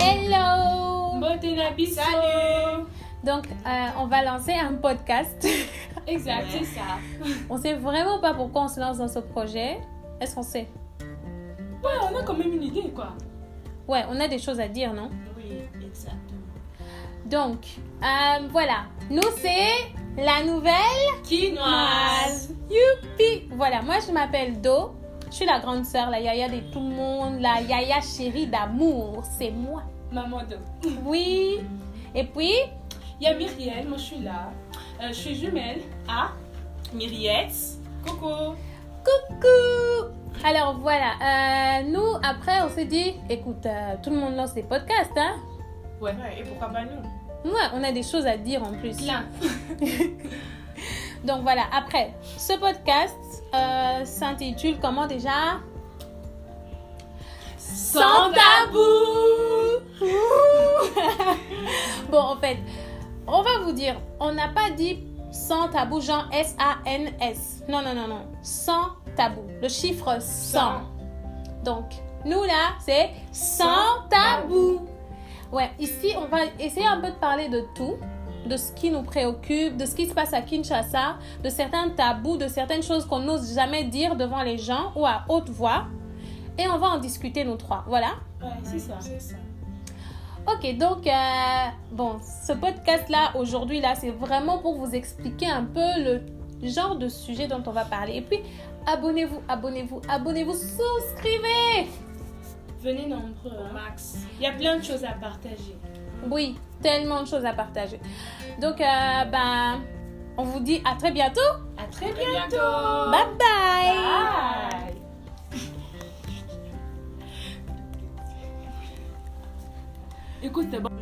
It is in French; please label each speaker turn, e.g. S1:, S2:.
S1: Hello
S2: Beauté d'habits.
S3: Salut.
S1: Donc, euh, on va lancer un podcast.
S2: Exact,
S3: Ouais.
S2: c'est ça.
S1: on sait vraiment pas pourquoi on se lance dans ce projet. Est-ce qu'on sait
S2: Ouais, on a quand même une idée, quoi.
S1: Ouais, on a des choses à dire, non
S3: Oui, exactement.
S1: Donc, euh, voilà. Nous, c'est la nouvelle
S2: Quinoise.
S1: Youpi Voilà, moi, je m'appelle Do. Je suis la grande sœur, la yaya de tout le monde, la yaya chérie d'amour. C'est moi.
S2: Maman de.
S1: Oui. Et puis,
S2: Il y a Myriel, moi je suis là. Euh, je suis jumelle à
S3: Ah, Myriette.
S2: Coco.
S1: Coucou Alors voilà, euh, nous après on s'est dit, écoute, euh, tout le monde lance des podcasts, hein
S3: Ouais, et pourquoi pas nous
S1: Ouais, on a des choses à dire en plus.
S2: Plein.
S1: Donc voilà, après, ce podcast euh, s'intitule comment déjà Sans
S2: tabou.
S1: Bon, en fait, on va vous dire, on n'a pas dit sans tabou, genre S-A-N-S. Non, non, non, non. Sans tabou. Le chiffre 100. Donc, nous là, c'est sans tabou. Ouais, ici, on va essayer un peu de parler de tout, de ce qui nous préoccupe, de ce qui se passe à Kinshasa, de certains tabous, de certaines choses qu'on n'ose jamais dire devant les gens ou à haute voix. Et on va en discuter, nous trois. Voilà.
S2: Ouais, c'est ça.
S3: C'est ça.
S1: Ok, donc, euh, bon, ce podcast-là, aujourd'hui, là, c'est vraiment pour vous expliquer un peu le genre de sujet dont on va parler. Et puis, abonnez-vous, abonnez-vous, abonnez-vous, souscrivez
S2: Venez nombreux. hein.
S3: Max.
S2: Il y a plein de choses à partager.
S1: Oui, tellement de choses à partager. Donc, euh, ben, on vous dit à très bientôt.
S2: À très
S3: Très
S2: bientôt.
S3: bientôt.
S1: Bye bye.
S2: Bye. Écoute, c'est bon.